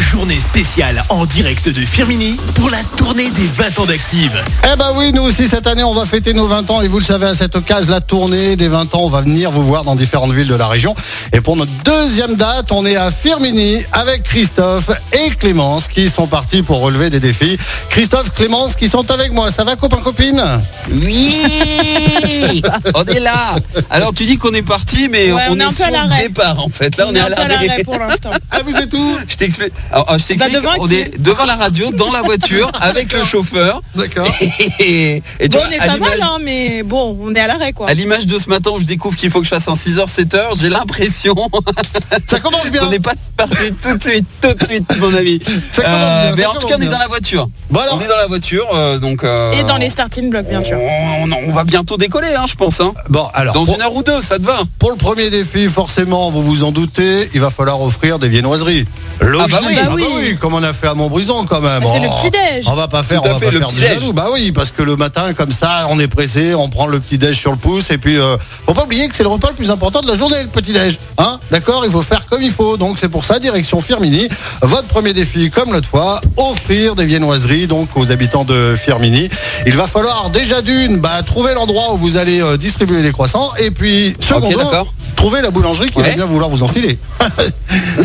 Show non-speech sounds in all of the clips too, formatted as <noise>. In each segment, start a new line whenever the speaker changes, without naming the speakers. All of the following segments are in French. journée spéciale en direct de Firmini pour la tournée des 20 ans d'Active.
Eh ben oui, nous aussi cette année on va fêter nos 20 ans et vous le savez à cette occasion la tournée des 20 ans, on va venir vous voir dans différentes villes de la région. Et pour notre deuxième date, on est à Firmini avec Christophe et Clémence qui sont partis pour relever des défis. Christophe, Clémence qui sont avec moi, ça va copain copine
Oui <laughs> On est là Alors tu dis qu'on est parti, mais
Ouais,
on,
on est un peu
sur
à
le
l'arrêt.
départ en fait. Là on, est à
un peu à
l'arrêt.
l'arrêt pour l'instant.
Ah vous êtes où
Je t'explique. Alors, je t'explique,
Bah, devant
on
qui
est devant la radio, dans
<laughs>
la voiture, avec le chauffeur.
D'accord.
Et, <laughs> et tu
Bon,
vois,
on est
à
pas
l'image-
mal, hein, mais bon, on est à l'arrêt, quoi.
À l'image de ce matin où je découvre qu'il faut que je fasse un 6h, 7h,
<laughs>
j'ai l'impression
Ça commence bien.
qu'on n'est pas parti tout de suite, tout de suite, mon ami. Euh,
Ça commence bien,
mais
ça
en tout
commence
cas, on est
bien.
dans la voiture.
Bon, alors.
on est dans la voiture, euh, donc. euh,
Et dans les starting blocks, bien sûr.
on, on va bientôt décoller, hein, je pense. hein.
Bon alors
Dans
pour,
une heure ou deux, ça te va
pour le premier défi, forcément, vous vous en doutez, il va falloir offrir des viennoiseries. Logique.
Ah bah oui.
Ah
Bah
bah
oui.
oui, comme on a fait à Montbrison quand même.
Ah, c'est le
Oh,
petit-déj.
On va pas faire,
Tout à
on va
fait,
pas
le
faire du
petit-déj.
jaloux. Bah oui, parce que le matin comme ça, on est pressé, on prend le petit déj sur le pouce et puis euh, faut pas oublier que c'est le repas le plus important de la journée, le petit déj. Hein D'accord, il faut faire comme il faut. Donc c'est pour ça direction Firmini. Votre premier défi comme l'autre fois, offrir des viennoiseries donc aux habitants de Firmini. Il va falloir déjà d'une bah, trouver l'endroit où vous allez euh, distribuer les croissants et puis secondo,
d'accord.
trouver la boulangerie qui
Ouais.
va bien vouloir vous enfiler. <laughs>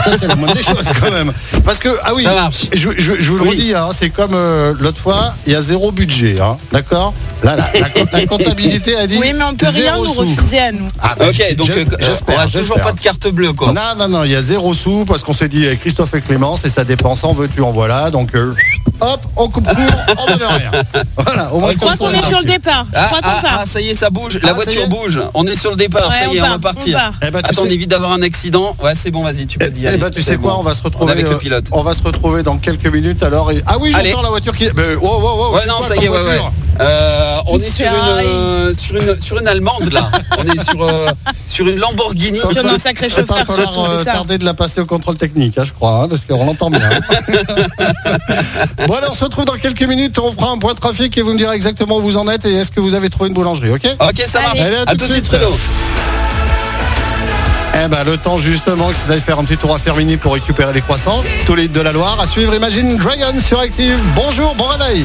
ça c'est la moindre des choses quand même. Parce que ah oui,
Ça marche.
je, je- je vous le
Oui.
redis, hein, c'est comme euh, l'autre fois, il y a zéro budget, hein, d'accord Là, la, la co- la comptabilité a dit
Oui, mais on peut rien
zéro
nous
sous.
refuser à nous.
Ah, bah,
Ok, donc
j'ai-
euh, on
j'espère,
a toujours
j'espère.
pas de carte bleue, quoi.
Non, non, non, il y a zéro sous parce qu'on s'est dit eh, Christophe et Clémence et ça dépense en veux-tu, en voilà, donc euh, hop, on coupe court, on donne
<laughs>
rien. Voilà, au moins
Je
Je crois
comme
qu'on
ça,
est sur le
tranquille.
départ. Je
Ah,
crois
ah,
qu'on part.
ah, ça y est, ça bouge.
Ah, ça y
La
est.
voiture bouge. On est sur le départ.
Ouais,
ça y est, on,
part,
va partir.
part.
Eh ben, tu
Attends, on
sais-
évite d'avoir un accident. Ouais, c'est bon, vas-y, tu peux dire.
Eh ben, tu sais quoi, on va se retrouver.
avec
euh,
le pilote.
on va se retrouver dans quelques minutes. Alors, et- ah oui,
Allez.
j'entends la voiture qui. Mais, wow, wow, wow,
Ouais,
c'est
non,
quoi
ça
comme
y est, ouais, ouais.
voiture
Euh, on est sur une,
Ferrari.
euh, sur une sur une allemande là. on est sur euh, sur une Lamborghini.
Puis on a un sacré
Il va
chauffeur,
falloir
surtout,
euh,
c'est ça.
tarder de la passer au contrôle technique, hein, je crois, hein, parce qu'on l'entend bien. hein.
<laughs>
bon, alors, on se retrouve dans quelques minutes. On fera un point de trafic et vous me direz exactement où vous en êtes et est-ce que vous avez trouvé une boulangerie, ok
Ok, ça marche.
Allez, à
à tout de suite, Fredo.
Eh ben, le temps justement que vous allez faire un petit tour à Fermini pour récupérer les croissants. Tous les hits de la Loire à suivre. Imagine Dragon sur Active. Bonjour, bon réveil.